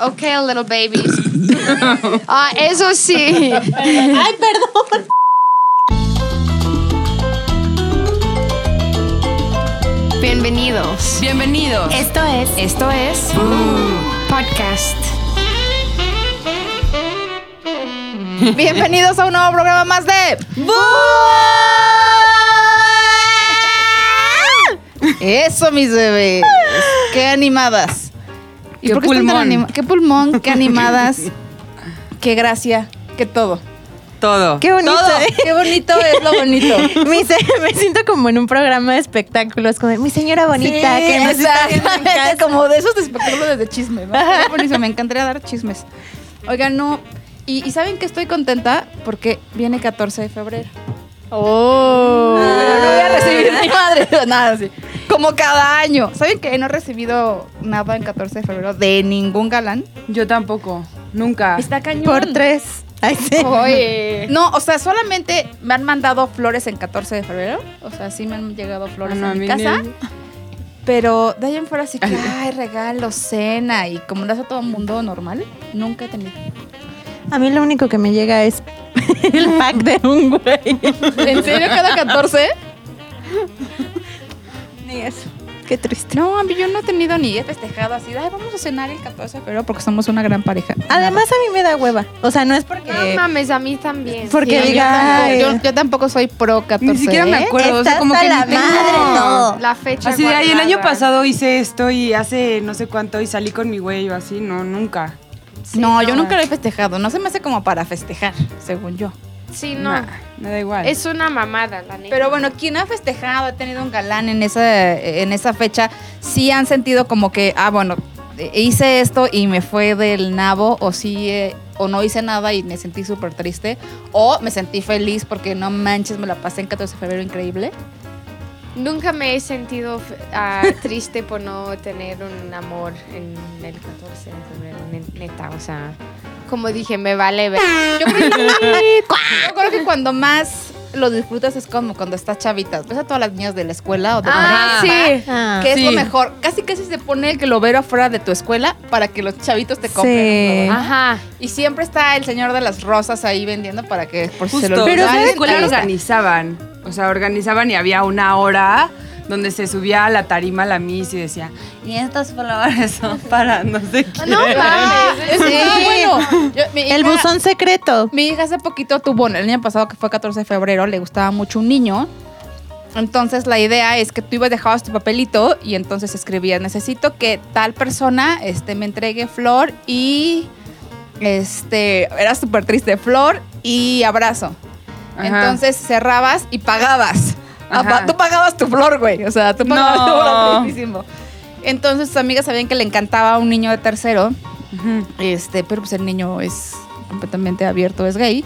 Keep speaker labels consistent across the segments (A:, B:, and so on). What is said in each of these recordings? A: Okay, little babies. Ah, eso sí.
B: Ay, perdón.
A: Bienvenidos.
C: Bienvenidos.
A: Esto es. Esto es. Podcast. Bienvenidos a un nuevo programa más de. Eso, mis bebés. Qué animadas. ¿Y
C: Qué
A: por qué están tan
C: pulmón.
A: anima- Qué pulmón, qué animadas. Qué gracia, qué todo.
C: Todo.
B: Qué bonito.
A: Todo.
B: ¿eh?
A: Qué bonito es lo bonito.
B: Mi se- me siento como en un programa de espectáculos, como de, mi señora bonita,
A: Sí,
B: que nos está
A: exactamente, como de esos de espectáculos de chisme. ¿no? Está buenísimo, me encantaría dar chismes. Oigan, no. Y, y saben que estoy contenta porque viene 14 de febrero.
B: Oh.
A: Pero no voy a recibir ni madre, nada así. Como cada año. ¿Saben que no he recibido nada en 14 de febrero de ningún galán?
C: Yo tampoco. Nunca.
A: Está cañón. Oh.
B: Por tres. Ay, sí.
A: Oye. No, o sea, solamente me han mandado flores en 14 de febrero. O sea, sí me han llegado flores
C: No,
A: Ah, a
C: a
A: mi
C: mí
A: casa.
C: ni-
A: Pero de ahí en fuera así que, ay, regalo, cena. Y como lo hace todo el mundo normal, nunca he tenido.
B: A mí lo único que me llega es el pack de un güey.
A: ¿En serio cada 14?
B: Ni eso. Qué triste.
A: No, a mí yo no he tenido ni he festejado así. de, Ay, vamos a cenar el 14 de febrero porque somos una gran pareja.
B: Además a mí me da hueva. O sea, no es porque
C: Eh,
D: No mames, a mí también.
B: porque
A: Sí, yo
B: diga
A: tampoco- yo,
B: ay,
A: yo tampoco soy pro 14.
C: Ni siquiera me
A: ¿eh?
C: acuerdo. o sea,
B: Estás
C: como
B: a
C: que
B: la
C: ni tengo-
B: madre, no.
D: la fecha.
C: Así de ahí, el
D: guardada.
C: año pasado hice esto y hace no sé cuánto y salí con mi güey o así. No, nunca.
D: Sí,
A: no, yo
D: no.
A: nunca lo he festejado. No se me hace como para festejar, según yo.
D: Sí, no.
C: Nah, me da igual.
D: Es una mamada, la neta.
A: Pero bueno, quien ha festejado, ha tenido un galán en esa, en esa fecha, sí han sentido como que, ah, bueno, eh, hice esto y me fue del nabo, o sí, eh, o no hice nada y me sentí súper triste, o me sentí feliz porque no manches, me la pasé en 14 de febrero increíble.
D: Nunca me he sentido f- ah, triste por no tener un amor en el 14 de febrero, ne- neta. O sea, como dije, me vale ver.
A: Yo creo que, yo creo que cuando más lo disfrutas es como cuando estás chavita. Ves a todas las niñas de la escuela o de
D: Ah,
A: la prepa,
D: sí.
B: ah,
A: Que es lo
C: Sí.
A: mejor. Casi casi se pone el que lo veo afuera de tu escuela para que los chavitos te compren.
B: Sí.
A: un globo.
D: Ajá.
A: Y siempre está el señor de las rosas ahí vendiendo para que por si se lo
C: Justo.
A: olvidan,
C: Pero en la
A: ahí
C: escuela
A: está.
C: organizaban. O sea, organizaban y había una hora donde se subía a la tarima la miss y decía, y estas palabras son para no sé qué.
D: No
C: Ah,
D: mames.
A: Eso está bueno. Yo- mi
B: el
A: hija-
B: buzón secreto.
A: Mi hija hace poquito tuvo, el año pasado que fue 14 de febrero, le gustaba mucho un niño. Entonces la idea es que tú ibas dejabas tu papelito y entonces escribías, necesito que tal persona este, me entregue flor y este, era súper triste, flor y abrazo.
C: Ajá.
A: Entonces cerrabas y pagabas.
C: Ajá.
A: Apa- Tú pagabas tu flor, güey. O sea, tú pagabas
C: No.
A: tu flor. buenísimo. Entonces sus amigas sabían que le encantaba a un niño de tercero.
C: Ujú.
A: Este, pero pues el niño es completamente abierto, es gay.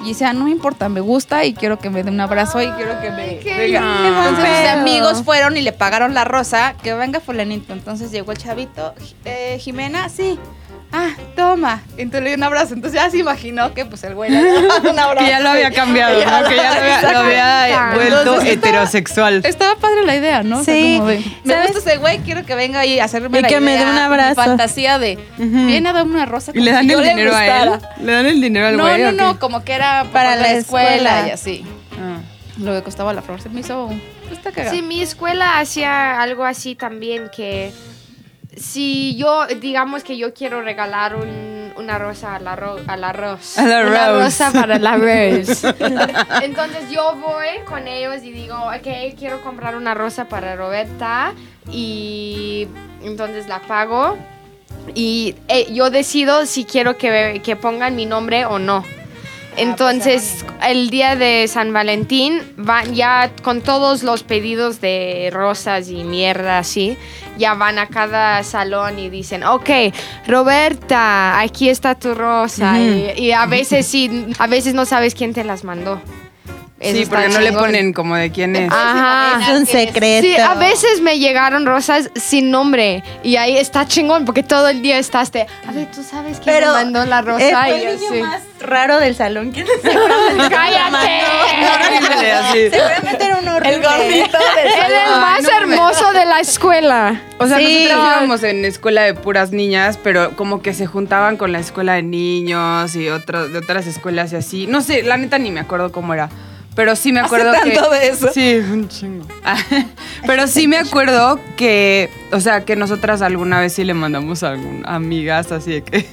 A: Y dice, ah, no me importa, me gusta y quiero que me dé un abrazo y quiero que me...
D: qué
A: venga".
C: lindo.
A: Entonces sus
B: Pero-
A: amigos fueron y le pagaron la rosa, que venga fulanito. Entonces llegó el chavito, "Eh, Jimena, sí. Ah, toma. Entonces le dio un abrazo. Entonces ya se imaginó que pues el güey le había dado un abrazo.
C: Que ya lo había cambiado,
A: Ya
C: ¿no? Que ya lo había, lo había
D: Exacto.
C: vuelto
A: Entonces, estaba-
C: heterosexual.
A: Estaba padre la idea, ¿no? O sea,
B: Sí.
A: como de, me
B: ¿Sabes?
A: gusta ese güey, quiero que venga y hacerme
B: Y
A: la
B: que me dé
A: idea,
B: un
A: mi
B: abrazo.
A: fantasía de,
C: Ujú.
A: viene a darme una rosa
C: ¿Y le
A: como
C: dan
A: si yo
C: el dinero a él?
A: gustara.
C: ¿Le dan el dinero al
A: no,
C: güey?
A: no,
C: o qué?
A: no, como que era
B: Para la escuela.
A: y así.
C: Ah.
A: Lo que costaba la flor se me hizo. pues, Está cagado.
D: Sí, mi escuela hacía algo así también que si yo, digamos que yo quiero regalar un- una rosa a la, ro- a la Rose.
C: Ah. A la
D: Una
C: Rose.
D: rosa para la Rose. Entonces yo voy con ellos y digo, ok, quiero comprar una rosa para Roberta y entonces la pago y eh, yo decido si quiero que, que pongan mi nombre o no. Entonces, el día de San Valentín van ya con todos los pedidos de rosas y mierda así, ya van a cada salón y dicen, ok, Roberta, aquí está tu rosa. y, y a veces sí, a veces no sabes quién te las mandó. Eso
C: Sí,
D: está
C: porque no le
D: chingón. Ah.
C: ponen como de quién es.
D: Ajá.
B: Es un secreto.
D: Sí, a veces me llegaron rosas sin nombre y ahí está chingón porque todo el día estás de, a ver, tú sabes quién
B: Pero
D: me mandó la
B: Eh,
D: rosa
B: fue
D: y
B: el niño
D: así.
B: más raro del salón que seguramente
D: ¡Cállate!
C: Horrible, así.
B: Seguramente era un horrible.
D: Era el más hermoso de la escuela. Ah,
C: O sea,
B: Sí.
C: nosotros íbamos en escuela de puras niñas, pero como que se juntaban con la escuela de niños y otro- de otras escuelas y así. No sé, la neta ni me acuerdo cómo era. Pero sí me acuerdo que.
A: tanto de eso.
C: Sí, un chingo. Ah, pero sí me acuerdo que. O sea, que nosotras alguna vez sí le mandamos a algún- amigas así de que.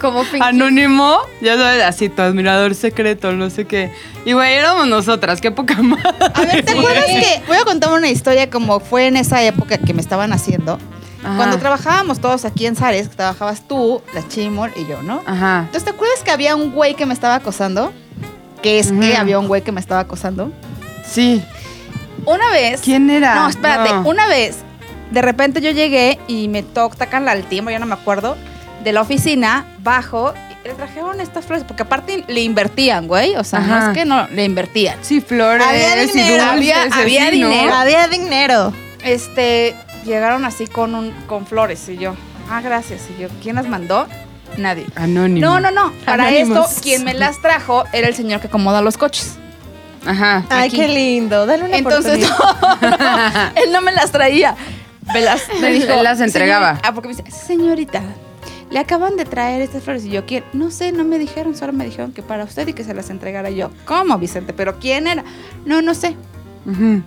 D: Como fin.
C: Ah, Anónimo, ya sabes, así tu admirador secreto, no sé qué. Y güey, éramos nosotras, qué poca madre.
A: A ver, ¿te acuerdas que voy a contar una historia como fue en esa época que me estaban haciendo?
C: Ajá.
A: Cuando trabajábamos todos aquí en Sares, que trabajabas tú, la Chimol y yo, ¿no?
C: Ajá.
A: Entonces, ¿te acuerdas que había un güey que me estaba acosando? Que es que
C: Ujú.
A: había un güey que me estaba acosando.
C: Sí.
A: Una vez.
C: ¿Quién era?
A: No, espérate.
C: No.
A: Una vez, de repente yo llegué y me toc- tocan al timbre, ya no me acuerdo, de la oficina, bajo, y le trajeron estas flores, porque aparte le invertían, güey. O sea, no
C: Ajá.
A: es que no, le invertían.
C: Sí, flores
B: Había
C: y
B: dinero,
C: dulces,
A: había-
C: así,
A: había
C: ¿no?
A: dinero.
B: Había dinero.
A: Este, llegaron así con, un, con flores y yo, ah, gracias. Y yo, ¿quién las mandó? Nadie.
C: Anónimo.
A: No, no, no. Para
B: Anónimos.
A: esto, quien me las trajo era el señor que acomoda los coches.
C: Ajá.
B: Ay,
A: Aquí.
B: qué lindo. Dale una
A: Entonces,
B: oportunidad.
A: no, no, él no me las traía. Me las, me dijo,
C: Él las entregaba.
A: "Señor-" ah, porque me dice, señorita, le acaban de traer estas flores. Y yo, ¿quién? No sé, no me dijeron, solo me dijeron que para usted y que se las entregara yo. ¿Cómo, Vicente? ¿Pero quién era? No, no sé.
C: Ujú.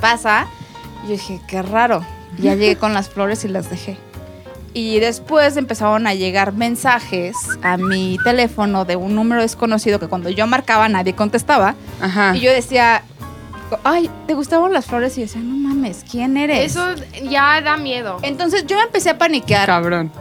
A: Pasa. Y yo dije, qué raro. Y ya llegué con las flores y las dejé. Y después empezaron a llegar mensajes a mi teléfono de un número desconocido que cuando yo marcaba nadie contestaba.
C: Ajá.
A: Y yo decía, ay, ¿te gustaban las flores? Y yo decía, no mames, ¿quién eres?
D: Eso ya da miedo.
A: Entonces yo me empecé a paniquear.
C: Cabrón.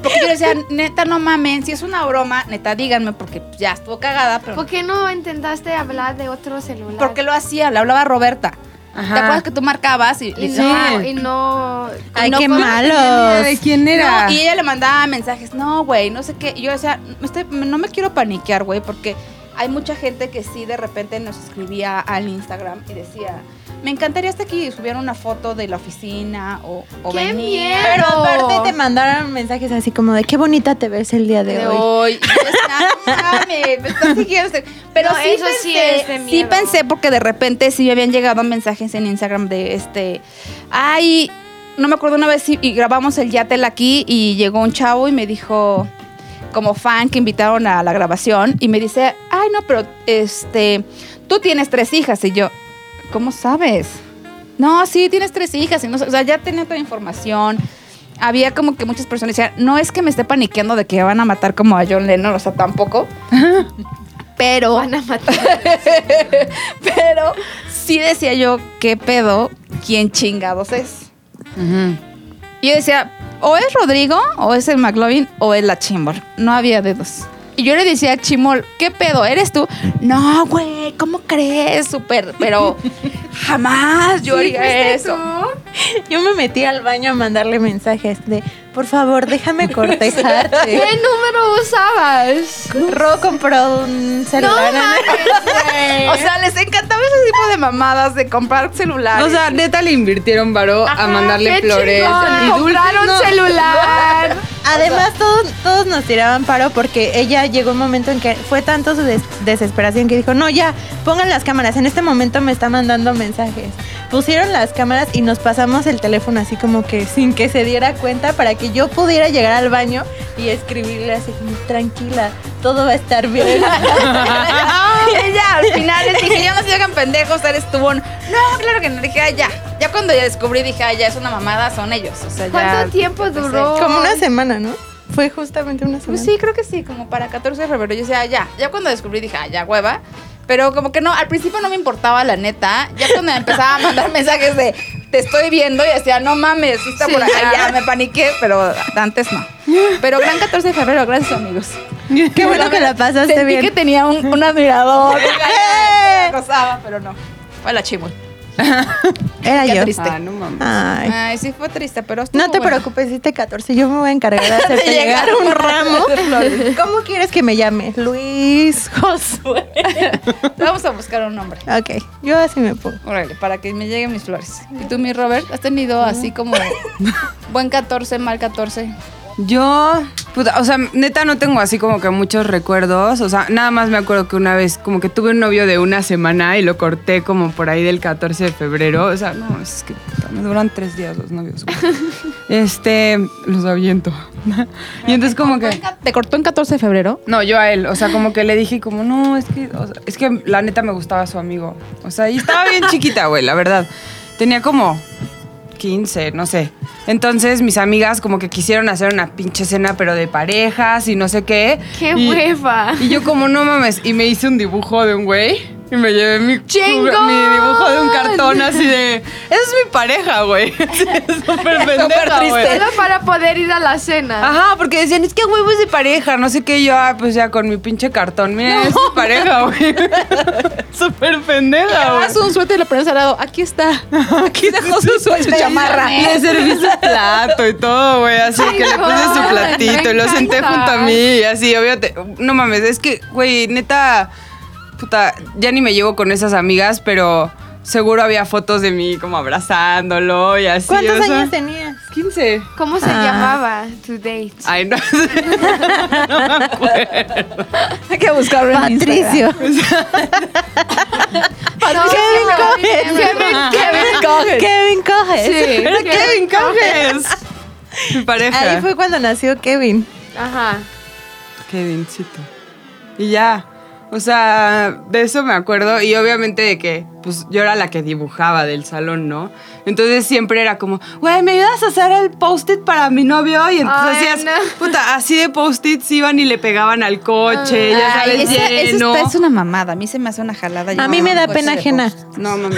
A: Porque yo decía, neta, no mamen, si es una broma, neta, díganme, porque ya estuvo cagada, pero.
D: ¿Por qué no intentaste hablar de otro celular?
A: Porque lo hacía, le hablaba a Roberta.
C: Ajá.
A: ¿Te acuerdas que tú marcabas y,
D: y
A: y-
D: no,
C: Sí.
D: y no.
B: Ay,
A: no
B: qué
A: fue-
B: malos.
C: ¿De quién era?
A: No, y ella le mandaba mensajes, no, güey, no sé qué. Y yo decía, "Me estoy- no me quiero paniquear, güey, porque hay mucha gente que sí de repente nos escribía al Instagram y decía, me encantaría hasta que subieran una foto de la oficina o, o
D: ¡Qué
A: venía".
D: miedo!
B: Pero aparte te mandaron mensajes así como de qué bonita te ves el día de
A: de
B: hoy.
A: hoy. Y yo decía, "No mames, me estás siguiendo". Pero
D: No,
A: sí,
D: eso
A: pensé,
D: sí
A: sí,
D: es de miedo.
A: pensé porque de repente sí me habían llegado mensajes en Instagram de este, ay, no me acuerdo una vez sí, y grabamos el Yatel aquí y llegó un chavo y me dijo como fan que invitaron a la grabación y me dice, ay no, pero este, tú tienes tres hijas y yo, ¿cómo sabes? No, sí, tienes tres hijas. Y no, sé, o sea, ya tenía toda la información. Había como que muchas personas decían, no es que me esté paniqueando de que van a matar como a John Lennon, o sea, tampoco. Pero...
D: Van a matar.
A: pero sí decía yo, ¿qué pedo? ¿Quién chingados es?
C: Ujú.
A: Y yo decía, o es Rodrigo, o es el McLovin, o es la Chimbol. No había dedos. Y yo le decía a Chimol, ¿qué pedo? ¿Eres tú? No, güey, ¿cómo crees? Súper, pero jamás yo
D: Sí,
A: haría
D: ¿fuiste
A: eso.
D: tú?
B: Yo me metí al baño a mandarle mensajes de por favor déjame cortejarte.
D: ¿Qué número usabas?
B: Ro compró un
D: No
B: celular.
D: mames, güey.
A: O sea, les encantaba ese tipo de mamadas de comprar celulares.
C: O sea, neta le invirtieron varo a mandarle
D: qué
C: flores.
D: chingón.
C: Y dulces,
D: Compraron
C: no.
D: celular.
B: Además todos, todos nos tiraban paro porque ella llegó un momento en que fue tanto su des- desesperación que dijo, no, ya, pongan las cámaras, en este momento me está mandando mensajes. Pusieron las cámaras y nos pasamos el teléfono así como que sin que se diera cuenta para que yo pudiera llegar al baño y escribirle así como, tranquila, todo va a estar bien.
A: ella al final les dije, ya no se hagan pendejos, eres tú. No, claro que no. Dije, "Ay, ya. Ya cuando ya descubrí, dije, "Ay, ya es una mamada, son ellos. O sea, ya.
D: ¿Cuánto tiempo
A: empecé.
D: duró?
B: como una semana, ¿no? Fue justamente una semana.
A: Pues sí, creo que sí, como para 14 de febrero. Yo decía, "Ay, ya. Ya cuando descubrí, dije, "Ay, ya, hueva. Pero como que no, al principio no me importaba la neta. Ya cuando me empezaba a mandar mensajes de te estoy viendo y decía, no mames, sí está por acá. Ya me paniqué, pero antes no. Pero gran 14 de febrero, gracias amigos.
B: Qué bueno que la pasaste
A: Sentí
B: bien.
A: que tenía un, un admirador. un galán, me acosaba, pero no. Fue la chimol.
B: Era
A: Qué
B: yo.
A: triste.
C: Ah, no mames.
B: Ay.
A: Ay, sí fue triste, pero estuvo
B: No te
A: bueno.
B: preocupes, este 14 yo me voy a encargar de hacerte
A: De llegar
B: llegar, un ramo. ¿Cómo quieres que me llame? Luis Josué.
A: Vamos a buscar un nombre.
B: Ok, yo así me pongo.
A: Órale, para que me lleguen mis flores. ¿Y tú, mi Robert, has tenido así como buen 14, mal 14?
C: Yo, puta, o sea, neta no tengo así como que muchos recuerdos. O sea, nada más me acuerdo que una vez como que tuve un novio de una semana y lo corté como por ahí del 14 de febrero. O sea, no, es que puta, me duran tres días los novios. güey. este, los aviento. y entonces como que...
E: ¿Te cortó en 14 de febrero?
C: No, yo a él, o sea, como que le dije como, no, es que, o sea, es que la neta me gustaba su amigo. O sea, y estaba bien chiquita, güey, la verdad. Tenía como 15, no sé. Entonces mis amigas como que quisieron hacer una pinche cena, pero de parejas y no sé qué.
D: ¡Qué
C: Y-
D: hueva!
C: Y yo como, no mames, y me hice un dibujo de un güey. Y me llevé mi, mi
D: ¡Chingón!
C: dibujo de un cartón así de... Es mi pareja, güey. Así, Súper pendeja, güey.
D: Solo para poder ir a la cena.
C: Ajá, porque decían, es que huevo es de pareja, no sé qué. Y yo, ah, pues ya con mi pinche cartón, mira, es de pareja, güey. Súper pendeja, güey.
E: Haz un suéter y lo pones al lado. Aquí está.
C: Aquí dejó su,
E: chamarra.
C: Le serví su plato y todo, güey. Así
D: Ay,
C: que le
D: no,
C: puse su
D: me
C: platito y lo senté
D: encanta.
C: junto a mí. Y así, obviamente. No mames, es que, güey, neta. Puta, ya ni me llevo con esas amigas, pero seguro había fotos de mí como abrazándolo y así.
B: ¿Cuántos
C: o sea,
B: años tenías?
C: 15.
D: ¿Cómo se llamaba tu date?
C: Ay, no.
A: Hay que buscarlo en
B: Patricio.
D: No,
B: Kevin Cohen. Kevin Cohen. Kevin Cohen.
D: Sí,
C: Era Kevin Coges. Mi pareja.
B: Ahí fue cuando nació Kevin.
D: Ajá.
C: Kevincito. Y ya. O sea, de eso me acuerdo. Y obviamente de que, pues yo era la que dibujaba del salón, ¿no? Entonces siempre era como, güey, ¿me ayudas a hacer el post-it para mi novio? Y entonces
D: Ay,
C: hacías,
D: no.
C: puta, así de post-its iban y le pegaban al coche, ya
A: Ah, Ay,
C: sabes,
A: esa- esa
C: lleno.
A: está- es una mamada. A mí se me hace una jalada.
B: A mí me da pena ajena.
C: No, mami.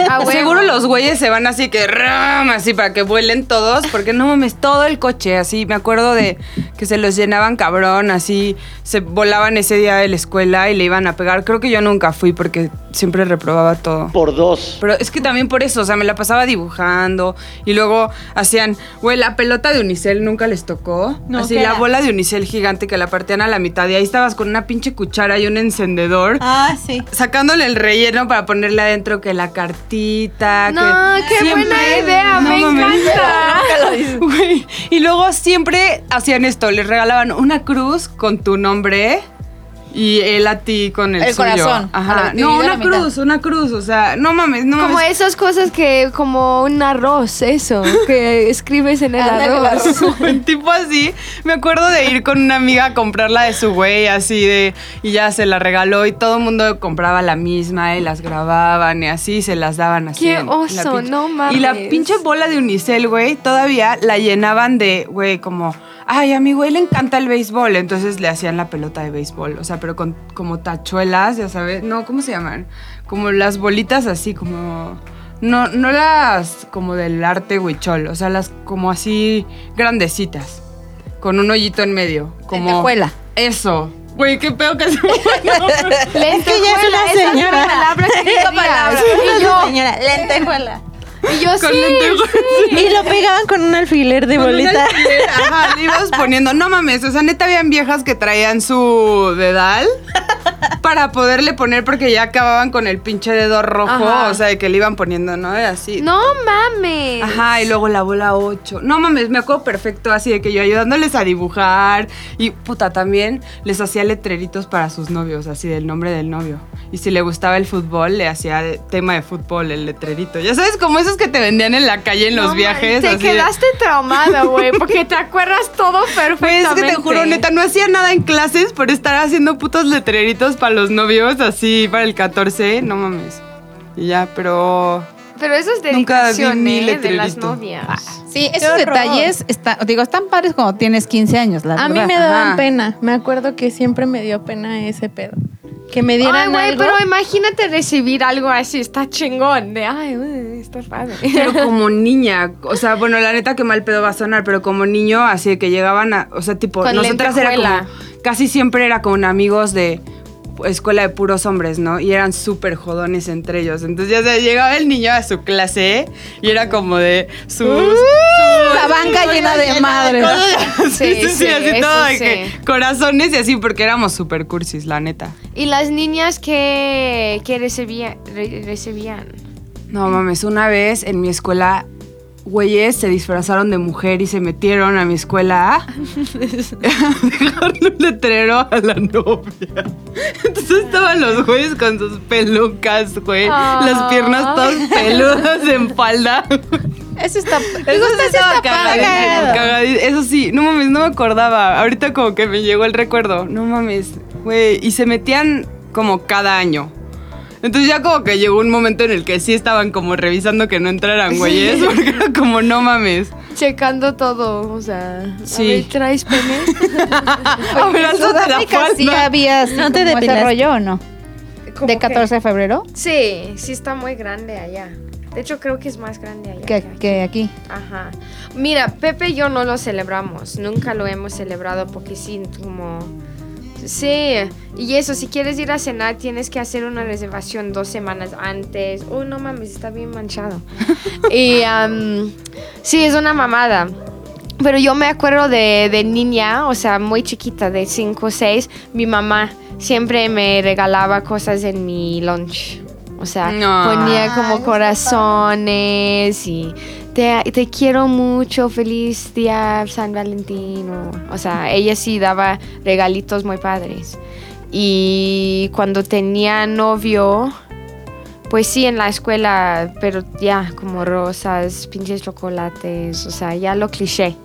B: Ah,
D: A huevo.
C: Seguro los güeyes se van así que ram, así para que vuelen todos, porque no mames, todo el coche, así, me acuerdo de que se los llenaban cabrón, así, se volaban ese día de la escuela y le iban a pegar. Creo que yo nunca fui porque siempre reprobaba todo.
F: Por dos.
C: Pero es que también por eso, o sea, me la pasaba dibujando y luego hacían, güey, la pelota de unicel nunca les tocó.
B: No,
C: así,
B: ¿qué
C: la
B: era?
C: bola de unicel gigante que la partían a la mitad y ahí estabas con una pinche cuchara y un encendedor
B: Ah, sí.
C: sacándole el relleno para ponerle adentro que la cartita.
D: No,
C: que
D: qué
C: siempre-
D: buena idea,
C: No
D: me
C: mames.
D: encanta.
C: Güey, Y luego siempre hacían esto, les regalaban una cruz con tu nombre y él a ti con el,
E: El
C: suyo.
E: corazón. A
C: Ajá.
E: la- dividido
C: No,
E: a la
C: una
E: mitad.
C: cruz, una cruz, o sea, no mames, no
D: Como
C: mames.
D: esas cosas que, como un arroz, eso, que escribes en el arroz.
C: Un tipo así, me acuerdo de ir con una amiga a comprarla de su güey, así de. Y ya se la regaló y todo el mundo compraba la misma y las grababan y así y se las daban así.
D: ¡Qué
C: en la
D: oso!
C: pinche-
D: No mames.
C: Y la pinche bola de unicel, güey, todavía la llenaban de, güey, como. Ay, a mi güey le encanta el béisbol, entonces le hacían la pelota de béisbol, o sea, pero con como tachuelas, ya sabes, no, ¿cómo se llaman? Como las bolitas así, como no, no las como del arte huichol, o sea, las como así grandecitas, con un hoyito en medio. Como
A: Lentejuela.
C: Eso. Güey, qué pedo que se me fue.
B: Es que ya es una
D: Lentejuela, esa es
B: señora.
D: la palabra que
B: Esa
D: quería.
B: palabra.
D: Y
B: Una
D: yo,
B: señora, lentejuela.
D: y yo
C: Con
D: sí,
C: lentejuelas.
B: Y lo pegaban con un alfiler de
C: Con un
B: bolita.
C: alfiler, Ajá, le ibas poniendo. No mames, o sea, neta habían viejas que traían su dedal para poderle poner porque ya acababan con el pinche dedo rojo,
D: Ajá.
C: o sea, de que le iban poniendo, ¿no? Era así.
D: No mames.
C: Ajá, y luego la bola 8. No mames, me acuerdo perfecto así de que yo ayudándoles a dibujar y puta, también les hacía letreritos para sus novios, así del nombre del novio. Y si le gustaba el fútbol, le hacía de- tema de fútbol el letrerito. Ya sabes, como esos que te vendían en la calle en los
D: No mames,
C: viajes.
D: Te
C: así de-
D: quedaste traumada, güey, porque te acuerdas todo
C: Güey,
D: perfectamente.
C: Pues es que te juro, neta, no hacía nada en clases por estar haciendo putos letreritos para los novios, así para el 14, no mames. Y ya, pero...
D: Pero eso es
C: Nunca vi
D: dedicación,
C: mi
D: ¿eh? De las
C: letrerito.
D: novias.
E: Sí, esos
B: horror.
E: detalles están, digo, están padres cuando tienes 15 años, la verdad.
B: A mí me daban
C: Ajá.
B: pena. Me acuerdo que siempre me dio pena ese pedo. Que me dieran
D: Ay, güey,
B: algo.
D: pero imagínate recibir algo así, está chingón. De, ay, güey, está padre.
C: Pero como niña, o sea, bueno, la neta que mal pedo va a sonar, pero como niño, así de que llegaban a, o sea, tipo,
D: Con
C: nosotras era
D: lentejuela.
C: como, casi siempre era con amigos de escuela de puros hombres, ¿no? Y eran súper jodones entre ellos. Entonces ya se llegaba el niño a su clase y era como de sus...
E: Uh, La banca llena de madres.
C: Sí, sí, sí,
D: sí,
C: así
D: eso
C: todo de
D: sí.
C: que corazones y así, porque éramos súper cursis, la neta.
D: ¿Y las niñas que, que recibía- re- recibían?
C: No mames, una vez en mi escuela güeyes se disfrazaron de mujer y se metieron a mi escuela a dejarle un letrero a la novia. Entonces estaban los güeyes con sus pelucas, güey. Las piernas todas peludas en falda.
E: Eso está.
C: Eso
E: digo,
C: sí
E: está- sí
C: estaba
E: está padre.
C: cagadísimo, cagadísimo. Eso sí, no mames, no me acordaba. Ahorita como que me llegó el recuerdo. No mames, güey. Y se metían como cada año. Entonces ya como que llegó un momento en el que sí estaban como revisando que no entraran, güeyes. Porque era como, no mames.
D: Checando todo, o sea.
C: Sí.
D: A ver, ¿traes pene? Ah,
C: A ver,
E: En
C: alzate la
E: Sudáfrica sí
C: falda.
E: había así
B: No te
E: como ese
B: depilaste.
E: rollo o no? ¿De 14 de febrero?
D: Sí, sí está muy grande allá. De hecho, creo que es más grande allá.
E: Que,
D: aquí.
E: que aquí.
D: Ajá. Mira, Pepe y yo no lo celebramos. Nunca lo hemos celebrado porque sí, como... Sí, y eso, si quieres ir a cenar tienes que hacer una reservación dos semanas antes. Uy, no mames, está bien manchado. y am, sí, es una mamada. Pero yo me acuerdo de, de niña, o sea, muy chiquita, de 5 o 6, mi mamá siempre me regalaba cosas en mi lunch. O sea,
C: No.
D: ponía como corazones y te, te quiero mucho, feliz día San Valentín. o- O sea, ella sí daba regalitos muy padres. Y cuando tenía novio, pues sí, en la escuela, pero ya, como rosas, pinches chocolates, o sea, ya lo cliché.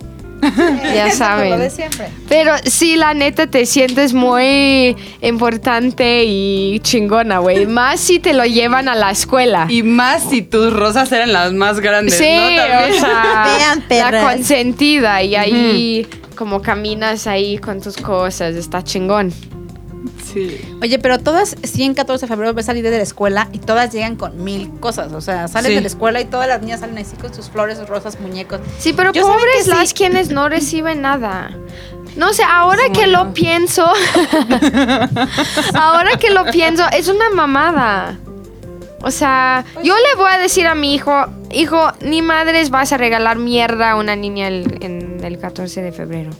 D: ya saben.
E: siempre.
D: Pero sí, la neta, te sientes muy importante y chingona, güey. Más si te lo llevan a la escuela.
C: Y más si tus rosas eran las más grandes,
D: Sí,
C: ¿no?
D: o
C: También.
D: sea,
B: Vean, perras.
D: la consentida y ahí como caminas ahí con tus cosas, está chingón.
C: Sí.
A: Oye, pero todas, si en 14 de febrero ves salir de la escuela y todas llegan con mil cosas. O sea, salen
C: Sí.
A: de la escuela y todas las niñas salen así con sus flores, sus rosas, muñecos.
D: Sí, pero
A: Yo saben
D: pobres
A: que
D: las quienes no reciben nada. No sé, ahora que lo pienso, ahora que lo pienso, es una mamada. O sea,
A: Pues
D: yo le voy a decir a mi hijo, hijo, ni madres vas a regalar mierda a una niña el- en el 14 de febrero.